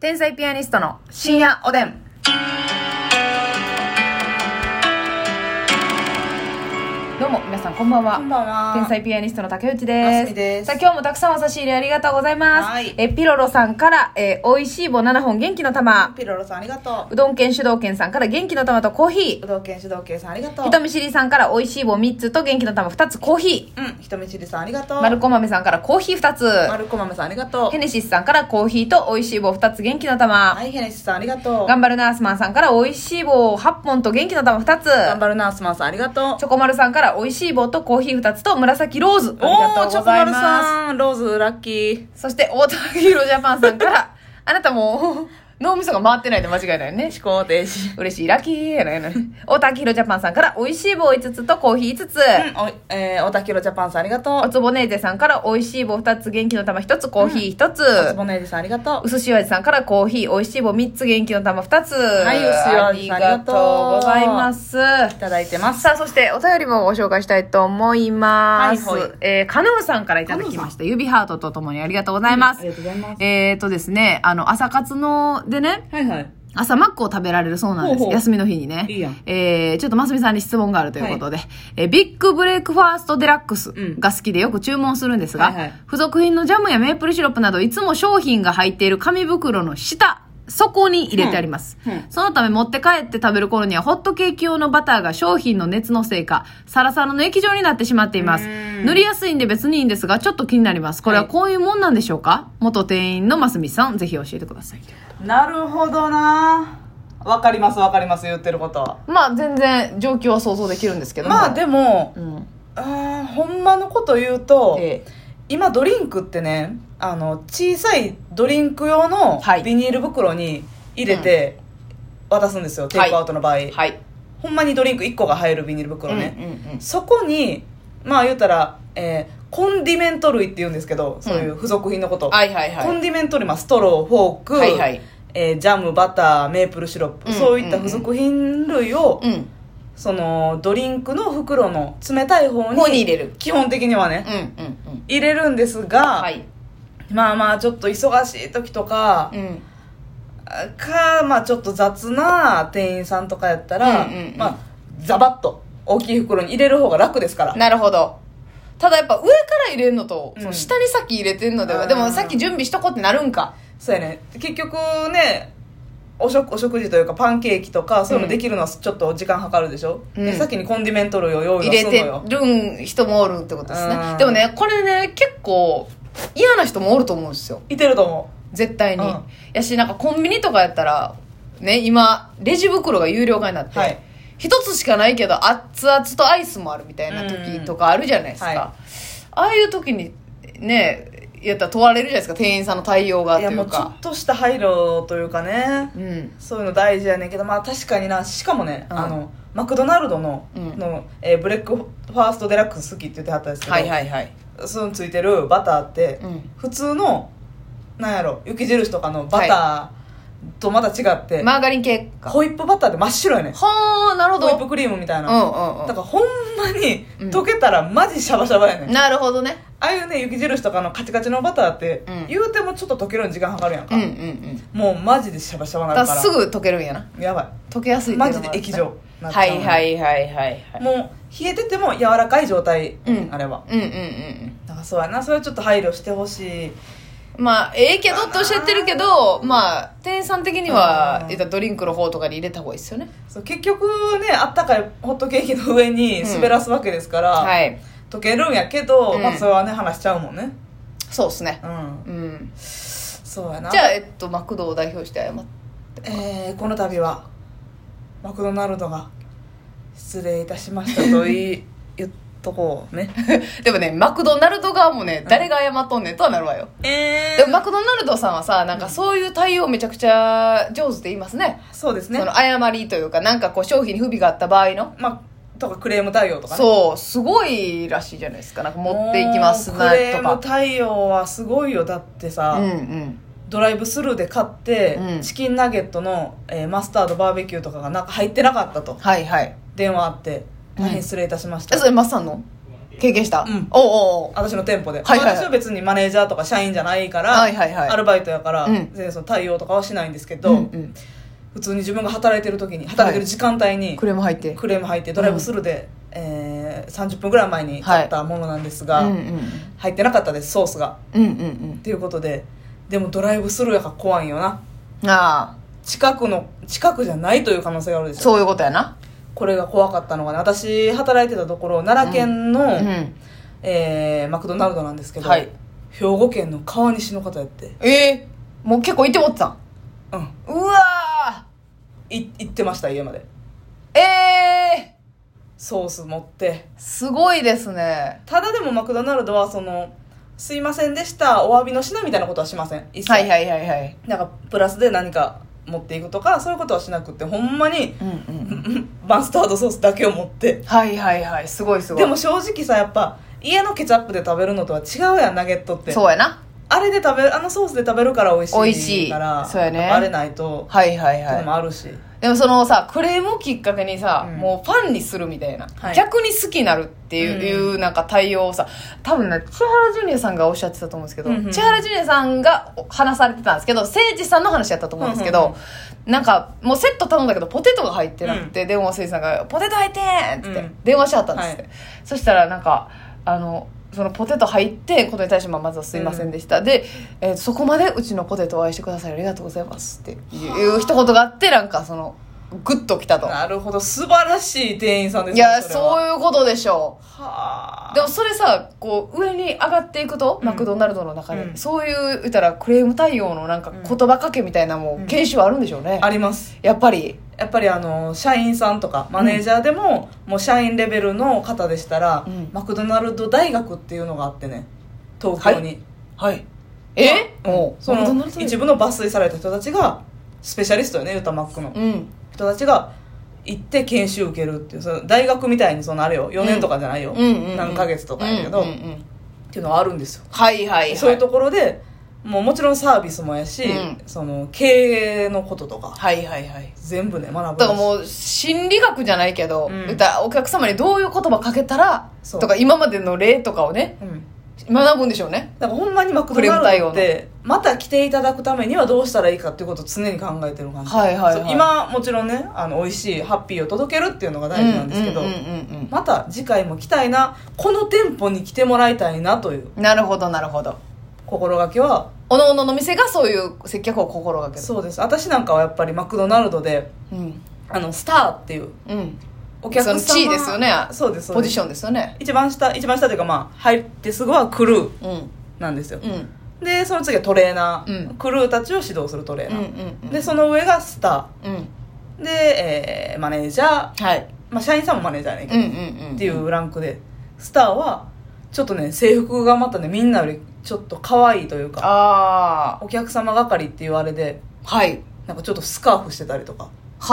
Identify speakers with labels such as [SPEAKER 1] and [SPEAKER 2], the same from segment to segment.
[SPEAKER 1] 天才ピアニストの深夜おでん。どうも皆さんこんばんは。
[SPEAKER 2] こんばんは。
[SPEAKER 1] 天才ピアニストの竹内
[SPEAKER 2] あ
[SPEAKER 1] です
[SPEAKER 2] みです
[SPEAKER 1] さあ今日もたくさんお差し入れありがとうございます。
[SPEAKER 2] はい
[SPEAKER 1] えピロロさんから、えー、美味しい棒7本元気の玉。
[SPEAKER 2] ピロロさんありがと
[SPEAKER 1] うどん県主導県さんから元気の玉とコーヒ
[SPEAKER 2] う。
[SPEAKER 1] ー。
[SPEAKER 2] 武道研主導系さんありがとう。
[SPEAKER 1] 人見知りさんから美味しい棒3つと元気の玉2つコーヒ
[SPEAKER 2] うん、ひとみちりさんありがと
[SPEAKER 1] ー。
[SPEAKER 2] う。
[SPEAKER 1] まるこ豆さんからコーヒー2つ。
[SPEAKER 2] まるこまめさんありがと
[SPEAKER 1] ヘネシスさんからコーヒーと美味しい棒2つ元気の
[SPEAKER 2] う。
[SPEAKER 1] 玉。
[SPEAKER 2] はい、ヘネシスさんありがとう。
[SPEAKER 1] 頑張るナースマンさんから美味しい棒8本と元気の玉2つ。
[SPEAKER 2] 頑張るナースマンさんありがとう。
[SPEAKER 1] チョコマルさんから美味しい棒とコーヒー2つと紫ローズ。あり
[SPEAKER 2] お
[SPEAKER 1] が
[SPEAKER 2] ー、
[SPEAKER 1] と
[SPEAKER 2] チ
[SPEAKER 1] うご
[SPEAKER 2] ョコマ
[SPEAKER 1] ざい
[SPEAKER 2] ル
[SPEAKER 1] ま
[SPEAKER 2] さん、ローズ、ラッキー。
[SPEAKER 1] す。そして、太田ヒーロージャパンさんから、あなたもう脳みそが回ってないで間違いないよね。
[SPEAKER 2] 思考停止。
[SPEAKER 1] 嬉しい、ラッキーやないのに。太田ヒーロージャパンさんから美味しい棒5つとコーヒー5つ。
[SPEAKER 2] うん、おい、えー、おたきろジャパンさんありがと
[SPEAKER 1] お
[SPEAKER 2] う。
[SPEAKER 1] つぼねーぜさんから美味しい棒2つ、元気の玉1つ、コーヒー1つ。
[SPEAKER 2] おつぼねじさんありがと
[SPEAKER 1] うすしおやじさんからコーヒー、美味しい棒3つ、元気の玉2つ。はい
[SPEAKER 2] うすしおやじさんありがとう
[SPEAKER 1] ございます。
[SPEAKER 2] う。いただいてます。
[SPEAKER 1] さあ、そしてお便りもご紹介したいと思います。
[SPEAKER 2] はいはい
[SPEAKER 1] えーカヌーさんからいただきました。指ハートとともにありがとうございます。
[SPEAKER 2] ありがとうございます。
[SPEAKER 1] えっ、とですね、あの、朝活のでね、
[SPEAKER 2] はいはい。
[SPEAKER 1] 朝マックを食べられるそうなんです。
[SPEAKER 2] ほうほう
[SPEAKER 1] 休みの日にね。
[SPEAKER 2] いいやん
[SPEAKER 1] えーちょっとますみさんに質問があるということで、えービッグブレイクファーストデラックス
[SPEAKER 2] うん
[SPEAKER 1] が好きでよく注文するんですが、
[SPEAKER 2] はいはい
[SPEAKER 1] 付属品のジャムやメープルシロップなどいつも商品が入っている紙袋の下、底に入れてあります。
[SPEAKER 2] うんうん
[SPEAKER 1] そのため持って帰って食べる頃にはホットケーキ用のバターが商品の熱のせいか、サラサラの液状になってしまっています。
[SPEAKER 2] うん
[SPEAKER 1] 塗りやすいんで別にいいんですが、ちょっと気になります。これはこういうもんなんでしょうか、元店員のますみさん、ぜひ教えてください。
[SPEAKER 2] なるほどなわかりますわかります、言ってることは。
[SPEAKER 1] まあ全然状況は想像できるんですけども
[SPEAKER 2] まあでも、
[SPEAKER 1] うん、
[SPEAKER 2] あーほんまのこと言うと、
[SPEAKER 1] ええ
[SPEAKER 2] 今ドリンクってねあの小さいドリンク用の
[SPEAKER 1] はい
[SPEAKER 2] ビニール袋に入れて渡すんですよ、テイクアウトの場合、
[SPEAKER 1] はい。
[SPEAKER 2] ほんまにドリンク1個が入るビニール袋ね、そこにまあ言うたら、えーコンディメント類って言うんですけどそういう付属品のこと、
[SPEAKER 1] はいはい
[SPEAKER 2] コ
[SPEAKER 1] は
[SPEAKER 2] ンディメント類、まあ、ストローフォーク、
[SPEAKER 1] はいはい
[SPEAKER 2] えージャムバターメープルシロップ、
[SPEAKER 1] うん
[SPEAKER 2] そういった付属品類を、
[SPEAKER 1] い。うん。
[SPEAKER 2] そのドリンクの袋の冷たい方に
[SPEAKER 1] 方に入れる
[SPEAKER 2] 基本的にはね、
[SPEAKER 1] うんうんうん。
[SPEAKER 2] 入れるんですが、
[SPEAKER 1] はい。
[SPEAKER 2] まあまあちょっと忙しい時とか、
[SPEAKER 1] ん。
[SPEAKER 2] かまあちょっと雑な店員さんとかやったら、
[SPEAKER 1] うんうんうん
[SPEAKER 2] まあザバッと大きい袋に入れる方が楽ですから
[SPEAKER 1] なるほど。ただやっぱ上から入れるのと、
[SPEAKER 2] うん
[SPEAKER 1] その下にさっき入れてんのでは、
[SPEAKER 2] あー
[SPEAKER 1] でもさっき準備しとこうってなるんか。
[SPEAKER 2] そうやね結局ねお食お食事というかパンケーキとかそういうのできるのはちょっと時間かかるでしょ、
[SPEAKER 1] うん
[SPEAKER 2] で先にコンディメント類を用意
[SPEAKER 1] 入
[SPEAKER 2] はす
[SPEAKER 1] れ
[SPEAKER 2] るの
[SPEAKER 1] て
[SPEAKER 2] よ
[SPEAKER 1] るん人もおるってことです
[SPEAKER 2] う
[SPEAKER 1] ね。
[SPEAKER 2] ん
[SPEAKER 1] でもね、これね、結構嫌な人もおると思うんですよ。
[SPEAKER 2] いてると思
[SPEAKER 1] 絶対に、
[SPEAKER 2] うん
[SPEAKER 1] やしなんかコンビニとかやったらね今レジ袋が有料化になって、
[SPEAKER 2] はい
[SPEAKER 1] 一つしかないけど熱々とアイスもあるみたいな時とかあるじゃないですか、
[SPEAKER 2] うんうん
[SPEAKER 1] ああいう時にねやったら問われるじゃないですか店員さんの対応が
[SPEAKER 2] う
[SPEAKER 1] と
[SPEAKER 2] い
[SPEAKER 1] い
[SPEAKER 2] やも
[SPEAKER 1] う
[SPEAKER 2] うちょ
[SPEAKER 1] か
[SPEAKER 2] っとした配慮というかね
[SPEAKER 1] うん
[SPEAKER 2] そういうの大事やねんけどまあ確かになしかもね、
[SPEAKER 1] うん
[SPEAKER 2] あのマクドナルドの,、
[SPEAKER 1] うん
[SPEAKER 2] のえーブレックファーストデラックス好きって言ってはったんですけど、
[SPEAKER 1] はいはいはい
[SPEAKER 2] そのついてるバターって、
[SPEAKER 1] うん
[SPEAKER 2] 普通のなんやろ雪印とかのバターとまた違って、
[SPEAKER 1] マーガリン系か
[SPEAKER 2] ホイップバターって真っ白やねんホ
[SPEAKER 1] はあなるほ
[SPEAKER 2] イップ
[SPEAKER 1] ど
[SPEAKER 2] クリームみたい
[SPEAKER 1] うん
[SPEAKER 2] な、
[SPEAKER 1] うん
[SPEAKER 2] だからほんまに
[SPEAKER 1] うん
[SPEAKER 2] 溶けたらマジシャバシャバやねん、
[SPEAKER 1] うんなるほどね
[SPEAKER 2] ああいうね雪印とかのカチカチのバターって、
[SPEAKER 1] うん
[SPEAKER 2] 言うてもちょっと溶けるのに時間かかるやん
[SPEAKER 1] う
[SPEAKER 2] か、
[SPEAKER 1] んうんうん
[SPEAKER 2] もうマジでシャバシャバな
[SPEAKER 1] だ
[SPEAKER 2] る
[SPEAKER 1] か
[SPEAKER 2] から
[SPEAKER 1] らすぐ溶けるんやな
[SPEAKER 2] やば
[SPEAKER 1] 溶けやすい
[SPEAKER 2] い
[SPEAKER 1] ってい
[SPEAKER 2] マ
[SPEAKER 1] うの
[SPEAKER 2] ジ
[SPEAKER 1] も
[SPEAKER 2] で
[SPEAKER 1] あるん
[SPEAKER 2] 液
[SPEAKER 1] すね
[SPEAKER 2] 状なっちゃ
[SPEAKER 1] は
[SPEAKER 2] う
[SPEAKER 1] いはいはいはいはい
[SPEAKER 2] もう冷えてても柔らかい状態、
[SPEAKER 1] うん
[SPEAKER 2] あれは
[SPEAKER 1] うんうんうんうん
[SPEAKER 2] だからそうやなそれはちょっと配慮してほしい
[SPEAKER 1] まあ、ええけどっておっしゃってるけど、まあ、店員さん的には
[SPEAKER 2] う、ん
[SPEAKER 1] 言ったらドリンクの方とかに入れた方がいいですよね。
[SPEAKER 2] そう結局ねあったかいホットケーキの上に滑らすわけですから、
[SPEAKER 1] はい。
[SPEAKER 2] 溶けるんやけど、
[SPEAKER 1] うん
[SPEAKER 2] まあそれはね話しちゃうもんね
[SPEAKER 1] そうですね。
[SPEAKER 2] うん
[SPEAKER 1] うん。
[SPEAKER 2] そうやな
[SPEAKER 1] じゃあ、えっと、マクドを代表して謝って。
[SPEAKER 2] えーこの度はマクドナルドが失礼いたしましたと 言い言っとこうね
[SPEAKER 1] でもね、マクドナルド側もね、誰が謝っとんねんとはなるわよ。
[SPEAKER 2] え
[SPEAKER 1] でも、マクドナルドさんはさ、なんかそういう対応めちゃくちゃ上手で言いますね。
[SPEAKER 2] そうですね
[SPEAKER 1] その、誤りというか、なんかこう、商品に不備があった場合の。
[SPEAKER 2] まあとかクレーム対応とかね
[SPEAKER 1] そう、すごいらしいじゃないですか。なんか持っていきます
[SPEAKER 2] もう
[SPEAKER 1] な、
[SPEAKER 2] クレ
[SPEAKER 1] と
[SPEAKER 2] ーム
[SPEAKER 1] か。
[SPEAKER 2] 対応はすごいよだってさ、
[SPEAKER 1] うんうん。
[SPEAKER 2] ドライブスルーで買って、
[SPEAKER 1] うん
[SPEAKER 2] チキンナゲットの、えーマスタードバーベキューとかがなんか入ってなかったと
[SPEAKER 1] はいはい。
[SPEAKER 2] 電話あって
[SPEAKER 1] うん
[SPEAKER 2] 大変失礼いたしまし
[SPEAKER 1] え、
[SPEAKER 2] た、
[SPEAKER 1] それ、マスさんの経験した、
[SPEAKER 2] うん
[SPEAKER 1] おうおうおう
[SPEAKER 2] 私の店舗で、
[SPEAKER 1] はいはいはい
[SPEAKER 2] 私は別にマネージャーとか社員じゃないから、
[SPEAKER 1] はいはいはい
[SPEAKER 2] アルバイトやから、
[SPEAKER 1] うん
[SPEAKER 2] 全然その対応とかはしないんですけど、
[SPEAKER 1] うんうん
[SPEAKER 2] 普通に自分が働いてる時に働いてる時間帯に
[SPEAKER 1] クレーム入って
[SPEAKER 2] クレーム入ってドライブスルーで、えー30分ぐらい前に買ったものなんですが、
[SPEAKER 1] うんうん
[SPEAKER 2] 入ってなかったですソースが
[SPEAKER 1] うんうん
[SPEAKER 2] っていうことででもドライブスルーやから怖いんよな
[SPEAKER 1] うんああ
[SPEAKER 2] 近くの近くじゃないという可能性があるでしょ
[SPEAKER 1] そういうことやな
[SPEAKER 2] これが怖かったのがね私働いてたところ奈良県の、
[SPEAKER 1] うん
[SPEAKER 2] えーマクドナルドなんですけど、
[SPEAKER 1] はい
[SPEAKER 2] 兵庫県の川西の方やって
[SPEAKER 1] ええもう結構いておったん
[SPEAKER 2] うん
[SPEAKER 1] うわ
[SPEAKER 2] い行ってました家まで
[SPEAKER 1] ーええ
[SPEAKER 2] ソース持って
[SPEAKER 1] すごいですね
[SPEAKER 2] ただでもマクドナルドはそのすいませんでしたお詫びの品みたいなことはしません一切、
[SPEAKER 1] はいはいはいはい
[SPEAKER 2] なんかプラスで何か持っていくとかそういうことはしなくってほんまに
[SPEAKER 1] うんうん
[SPEAKER 2] マスタードソースだけを持って
[SPEAKER 1] はいはいはいすごいすごい
[SPEAKER 2] でも正直さやっぱ家のケチャップで食べるのとは違うやんナゲットって
[SPEAKER 1] そうやな
[SPEAKER 2] あれで食べるあのソースで食べるから美味しい
[SPEAKER 1] 美味しい
[SPEAKER 2] から
[SPEAKER 1] そうやね
[SPEAKER 2] っぱあれないと
[SPEAKER 1] はいはい
[SPEAKER 2] ってのも
[SPEAKER 1] は
[SPEAKER 2] あるし、
[SPEAKER 1] いでもそのさクレームをきっかけにさ、
[SPEAKER 2] うん
[SPEAKER 1] もうファンにするみたいな、
[SPEAKER 2] はい
[SPEAKER 1] 逆に好きになるっていう,、
[SPEAKER 2] うん
[SPEAKER 1] いうなんか対応をさ多分ね千原ジュニアさんがおっしゃってたと思うんですけど、
[SPEAKER 2] うんうん
[SPEAKER 1] 千原ジュニアさんが話されてたんですけど誠治さんの話やったと思うんですけど、なんかもうセット頼んだけどポテトが入ってなくて、でも誠治さんが「ポテト入ってん!」って言っ
[SPEAKER 2] う
[SPEAKER 1] て
[SPEAKER 2] ん
[SPEAKER 1] 電話しちゃったんですって、
[SPEAKER 2] は
[SPEAKER 1] そしたらなんかあのそのポテト入ってことに対してまあまずはすいませんでした、で、えーそこまでうちのポテトを愛してくださいありがとうございますっていう一言があってなんかそのグッときたと
[SPEAKER 2] なるほど素晴らしい店員さんです
[SPEAKER 1] いや
[SPEAKER 2] れは
[SPEAKER 1] そういうことでしょう
[SPEAKER 2] はあ
[SPEAKER 1] でもそれさこう上に上がっていくと、
[SPEAKER 2] うん
[SPEAKER 1] マクドナルドの中で、
[SPEAKER 2] うん
[SPEAKER 1] そういう言ったらクレーム対応のなんか言
[SPEAKER 2] ん
[SPEAKER 1] 葉かけみたいなも
[SPEAKER 2] う
[SPEAKER 1] うん研修はあるんでしょうね、
[SPEAKER 2] あります
[SPEAKER 1] やっぱり
[SPEAKER 2] やっぱりあの社員さんとかマネージャーでも、もう社員レベルの方でしたら、
[SPEAKER 1] うん
[SPEAKER 2] マクドナルド大学っていうのがあってね東京に、
[SPEAKER 1] はいえもう
[SPEAKER 2] そ
[SPEAKER 1] マクド
[SPEAKER 2] の
[SPEAKER 1] ナルドで
[SPEAKER 2] 一部の抜粋された人たちがスペシャリストよねユタマックの、
[SPEAKER 1] うん
[SPEAKER 2] 人たちが行って研修受けるっていうその大学みたいにそのあれよ4年とかじゃないよ、
[SPEAKER 1] うんうんうん
[SPEAKER 2] 何ヶ月とかやけど、
[SPEAKER 1] うんうんう
[SPEAKER 2] っ
[SPEAKER 1] ん
[SPEAKER 2] ていうのはあるんですよ、
[SPEAKER 1] はいはいはい
[SPEAKER 2] そういうところでもうもちろんサービスもやし、
[SPEAKER 1] うん
[SPEAKER 2] その経営のこととか
[SPEAKER 1] はいはいはい
[SPEAKER 2] 全部ね学ぶ
[SPEAKER 1] だからもう心理学じゃないけど、
[SPEAKER 2] うん
[SPEAKER 1] 言ったらお客様にどういう言葉かけたら
[SPEAKER 2] そう
[SPEAKER 1] とか今までの例とかをね
[SPEAKER 2] うん
[SPEAKER 1] 学ぶんでしょうね
[SPEAKER 2] だからほんまにマクドナルドってまた来ていただくためにはどうしたらいいかっていうことを常に考えてる感じ、
[SPEAKER 1] はいはいはい
[SPEAKER 2] そう今もちろんねあの美味しいハッピーを届けるっていうのが大事なんですけど、
[SPEAKER 1] うんうんうんうん
[SPEAKER 2] また次回も来たいなこの店舗に来てもらいたいなという
[SPEAKER 1] なるほどなるほど
[SPEAKER 2] 心がけは
[SPEAKER 1] おのおのの店がそういう接客を心がける
[SPEAKER 2] そうです私なんかはやっぱりマクドナルドで
[SPEAKER 1] うん
[SPEAKER 2] あのスターっていう
[SPEAKER 1] うん
[SPEAKER 2] お客様
[SPEAKER 1] その地位ですよね
[SPEAKER 2] そうですそうです
[SPEAKER 1] ポジションですよね
[SPEAKER 2] 一番下一番下というかまあ入ってすぐはクルー
[SPEAKER 1] うんうん
[SPEAKER 2] なんですよ、
[SPEAKER 1] うん
[SPEAKER 2] でその次はトレーナー、
[SPEAKER 1] うん
[SPEAKER 2] クルーたちを指導するトレー
[SPEAKER 1] う
[SPEAKER 2] ナー、
[SPEAKER 1] んうん
[SPEAKER 2] でその上がスター
[SPEAKER 1] うん
[SPEAKER 2] で、えーマネージャー、
[SPEAKER 1] はい
[SPEAKER 2] まあ、社員さんもマネージャーやねん
[SPEAKER 1] うんうんうん
[SPEAKER 2] けど、っていうランクでスターはちょっとね制服がまたねみんなよりちょっと可愛いというか
[SPEAKER 1] ああ
[SPEAKER 2] お客様係っていうあれで
[SPEAKER 1] はい
[SPEAKER 2] なんかちょっとスカーフしてたりとか、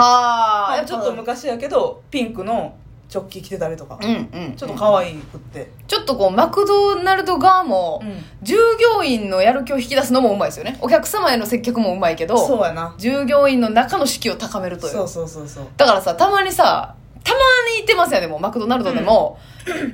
[SPEAKER 1] は
[SPEAKER 2] まあ
[SPEAKER 1] あ
[SPEAKER 2] ちょっと昔やけどピンクのチョッキ着てたりとか、
[SPEAKER 1] うんうん
[SPEAKER 2] ちょっと可愛くって、
[SPEAKER 1] ちょっとこうマクドナルド側も、
[SPEAKER 2] うん
[SPEAKER 1] 従業員のやる気を引き出すのもうまいですよねお客様への接客もうまいけど
[SPEAKER 2] そうやな
[SPEAKER 1] 従業員の中の士気を高めるという
[SPEAKER 2] そうそうそうそう
[SPEAKER 1] だからさたまにさたまにいてますやんでもマクドナルドでも、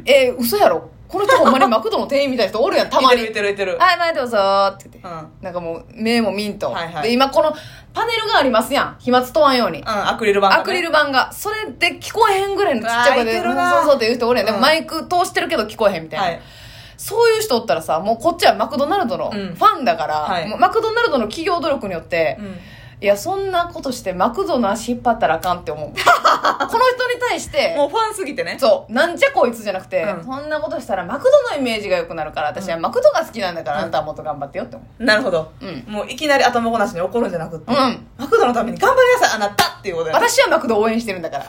[SPEAKER 1] えー、嘘やろこの人ほんま にマクドの店員みたいな人おるやんたまに
[SPEAKER 2] いてるいてるいてる、
[SPEAKER 1] はい前どうぞーって言って
[SPEAKER 2] うん、うん、
[SPEAKER 1] なんかもう目もミント、
[SPEAKER 2] はいはい
[SPEAKER 1] で今このパネルがありますやん飛沫問わんように
[SPEAKER 2] アクリル板、ね、
[SPEAKER 1] アクリル板がそれで聞こえへんぐらいのちっちゃい声で「
[SPEAKER 2] う
[SPEAKER 1] うん
[SPEAKER 2] わーいてるなー
[SPEAKER 1] そうそう」って言う人おるやん、でも
[SPEAKER 2] うん
[SPEAKER 1] マイク通してるけど聞こえへんみたいな、
[SPEAKER 2] はい
[SPEAKER 1] そういう人おったらさ、もうこっちはマクドナルドのフ
[SPEAKER 2] うん
[SPEAKER 1] ァンだから、
[SPEAKER 2] はい
[SPEAKER 1] もうマクドナルドの企業努力によって、
[SPEAKER 2] うん
[SPEAKER 1] いや、そんなことしてマクドの足引っ張ったらあかんって 思う。この人に対して、
[SPEAKER 2] もうファンすぎてね
[SPEAKER 1] そう、なんじゃこいつじゃなくて、
[SPEAKER 2] うん
[SPEAKER 1] そんなことしたらマクドのイメージが良くなるから、私はマクドが好きなんだから、あんたはもっと頑張ってよって思う。
[SPEAKER 2] なるほど、
[SPEAKER 1] うん
[SPEAKER 2] もういきなり頭ごなしに怒るんじゃなくって、
[SPEAKER 1] うん
[SPEAKER 2] マクドのために頑張りなさいあなたっていうことやね
[SPEAKER 1] 私はマクドを応援してるんだ から。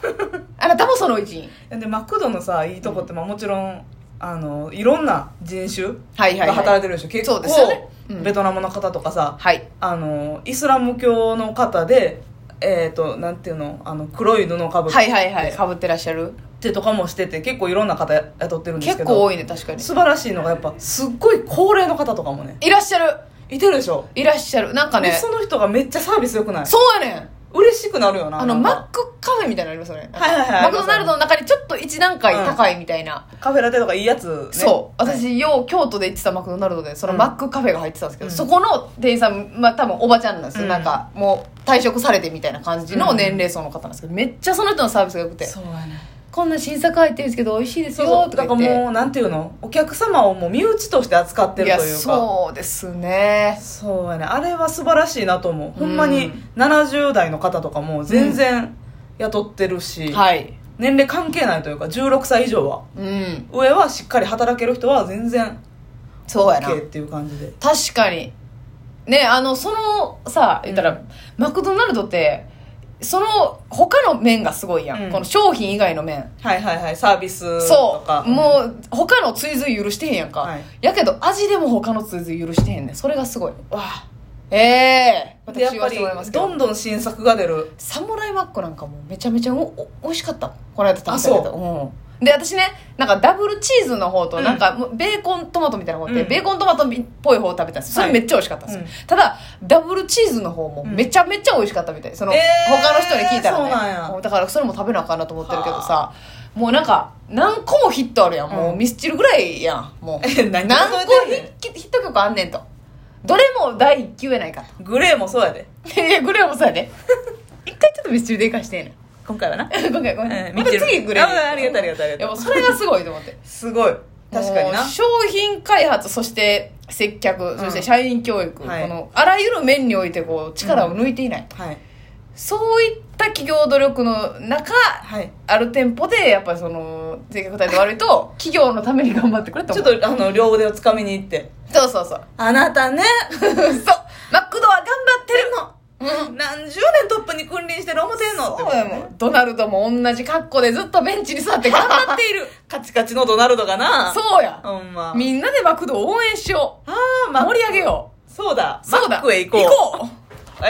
[SPEAKER 1] あなたもその一員。
[SPEAKER 2] でマクドのさいいとこって、まあ、もちろんあのいろんな人種
[SPEAKER 1] はいはい、
[SPEAKER 2] が
[SPEAKER 1] は
[SPEAKER 2] 働
[SPEAKER 1] い。
[SPEAKER 2] いてるでしょ、
[SPEAKER 1] そうです
[SPEAKER 2] 結
[SPEAKER 1] よ
[SPEAKER 2] 構、
[SPEAKER 1] ねうん
[SPEAKER 2] ベトナムの方とかさ
[SPEAKER 1] はい。
[SPEAKER 2] あのイスラム教の方でえっ、となんていうのあの黒い布をかぶっ
[SPEAKER 1] はいはいはい。かぶってらっしゃる
[SPEAKER 2] てとかもしてて結構いろんな方雇ってるんです
[SPEAKER 1] 結
[SPEAKER 2] けど
[SPEAKER 1] 構多いね、確かに。
[SPEAKER 2] 素晴らしいのがやっぱすっごい高齢の方とかもね
[SPEAKER 1] いらっしゃる。
[SPEAKER 2] いてるでしょ
[SPEAKER 1] いらっしゃる。なんか
[SPEAKER 2] で
[SPEAKER 1] ね、
[SPEAKER 2] その人がめっちゃサービス良くない
[SPEAKER 1] そうやねん。
[SPEAKER 2] 嬉しくなるよな
[SPEAKER 1] あの、
[SPEAKER 2] なんか
[SPEAKER 1] マックカフェみたいなのありますよね。
[SPEAKER 2] はいはいはい
[SPEAKER 1] マクドナルドの中にちょっと一段階
[SPEAKER 2] うん
[SPEAKER 1] 高いみたいな。
[SPEAKER 2] カフェラテとかいいやつ、ね、
[SPEAKER 1] そう。
[SPEAKER 2] はい
[SPEAKER 1] 私、よう、京都で行ってたマクドナルドで、その
[SPEAKER 2] うん
[SPEAKER 1] マックカフェが入ってたんですけど、
[SPEAKER 2] うん
[SPEAKER 1] そこの店員さん、まあ多分おばちゃんなんですよ。
[SPEAKER 2] うん
[SPEAKER 1] なんか、もう退職されてみたいな感じの年齢層の方なんですけど、めっちゃその人のサービスが良くて、
[SPEAKER 2] そうやね
[SPEAKER 1] こんな新作入ってるんですけど、美味しいです
[SPEAKER 2] そ
[SPEAKER 1] よ
[SPEAKER 2] うそう、
[SPEAKER 1] と
[SPEAKER 2] だ
[SPEAKER 1] か
[SPEAKER 2] から
[SPEAKER 1] 言って。
[SPEAKER 2] もうなんていうのお客様をもう身内として扱って
[SPEAKER 1] い
[SPEAKER 2] る
[SPEAKER 1] や、
[SPEAKER 2] というか
[SPEAKER 1] そうですね。
[SPEAKER 2] そうやねあれは素晴らしいなと思う、ほんま
[SPEAKER 1] う
[SPEAKER 2] に
[SPEAKER 1] ん
[SPEAKER 2] 70代の方とかも全然雇ってるし、
[SPEAKER 1] はい。
[SPEAKER 2] 年齢関係ないというか16歳以上は
[SPEAKER 1] うん。
[SPEAKER 2] 上はしっかり働ける人は全然
[SPEAKER 1] そうやな。
[SPEAKER 2] OK っていう感じで
[SPEAKER 1] 確かにねあのそのさ言ったら、マクドナルドってその他の面がすごいやん、
[SPEAKER 2] うん
[SPEAKER 1] この商品以外の面
[SPEAKER 2] はいはいはいサービスと
[SPEAKER 1] そ
[SPEAKER 2] か
[SPEAKER 1] うもう他の追随許してへんやんか、
[SPEAKER 2] はい
[SPEAKER 1] やけど味でも他の追随許してへんねんそれがすごい
[SPEAKER 2] うんわあ
[SPEAKER 1] ええ
[SPEAKER 2] でやっ
[SPEAKER 1] 私
[SPEAKER 2] ぱ
[SPEAKER 1] はしてもらいます
[SPEAKER 2] り
[SPEAKER 1] け
[SPEAKER 2] ど
[SPEAKER 1] ど
[SPEAKER 2] んどん新作が出る
[SPEAKER 1] サムライマックなんかもめちゃめちゃおお美味しかったこの間食べた
[SPEAKER 2] あ
[SPEAKER 1] けど
[SPEAKER 2] そう
[SPEAKER 1] うん、で私ねなんかダブルチーズの方と
[SPEAKER 2] うん
[SPEAKER 1] なんかもうベーコントマトみたいなのがあって、
[SPEAKER 2] うん
[SPEAKER 1] ベーコントマトっぽい方を食べたんですそれ
[SPEAKER 2] はい
[SPEAKER 1] めっちゃ美味しかったんですよ、ただダブルチーズの方もめちゃめちゃ美味しかったみたいその、
[SPEAKER 2] えー
[SPEAKER 1] 他の人に聞いたらね
[SPEAKER 2] そうなんや
[SPEAKER 1] だからそれも食べなあかんなと思ってるけどさもうなんか何個もヒットあるやん、もうミスチルぐらいやんもう
[SPEAKER 2] え何
[SPEAKER 1] 何
[SPEAKER 2] 数
[SPEAKER 1] 個ヒ
[SPEAKER 2] えてんね
[SPEAKER 1] ッヒット曲あんねんとどれも第1級やないかと
[SPEAKER 2] グレーもそうやで
[SPEAKER 1] いやいや、グレーもそうや で。一回ちょっとミスチルでいかしてんねん。
[SPEAKER 2] 今回はな
[SPEAKER 1] ごめんごめん。
[SPEAKER 2] えー
[SPEAKER 1] また
[SPEAKER 2] ミスチル
[SPEAKER 1] 次グレー。
[SPEAKER 2] あありがとうありがとうありがと
[SPEAKER 1] や
[SPEAKER 2] う
[SPEAKER 1] もそれがすごいと思って。
[SPEAKER 2] すごい 確かにな
[SPEAKER 1] もう商品開発、そして接客、そして社員教育、
[SPEAKER 2] はい
[SPEAKER 1] この、あらゆる面においてこう、力を抜いていない。
[SPEAKER 2] はい
[SPEAKER 1] そういった企業努力の中、
[SPEAKER 2] はい
[SPEAKER 1] ある店舗で、やっぱりその、接客態度悪いと、 企業のために頑張ってくれと
[SPEAKER 2] ち
[SPEAKER 1] 思
[SPEAKER 2] ょ
[SPEAKER 1] う。
[SPEAKER 2] っとあの両腕をつかみに行って
[SPEAKER 1] そうそうそう。
[SPEAKER 2] あなたね
[SPEAKER 1] そう。マクドは頑張ってるの
[SPEAKER 2] 何十年トップに君臨してる思てんのって
[SPEAKER 1] そうやもん。ドナルドも同じ格好でずっとベンチに座って頑張ってい る。
[SPEAKER 2] カチカチのドナルドがな
[SPEAKER 1] そうや。
[SPEAKER 2] ほんま
[SPEAKER 1] みんなでマクドを応援しよ
[SPEAKER 2] あー
[SPEAKER 1] う。
[SPEAKER 2] ま
[SPEAKER 1] 盛り上げよ
[SPEAKER 2] そうだ
[SPEAKER 1] う。そうだ。
[SPEAKER 2] マックへ行こう
[SPEAKER 1] 行こ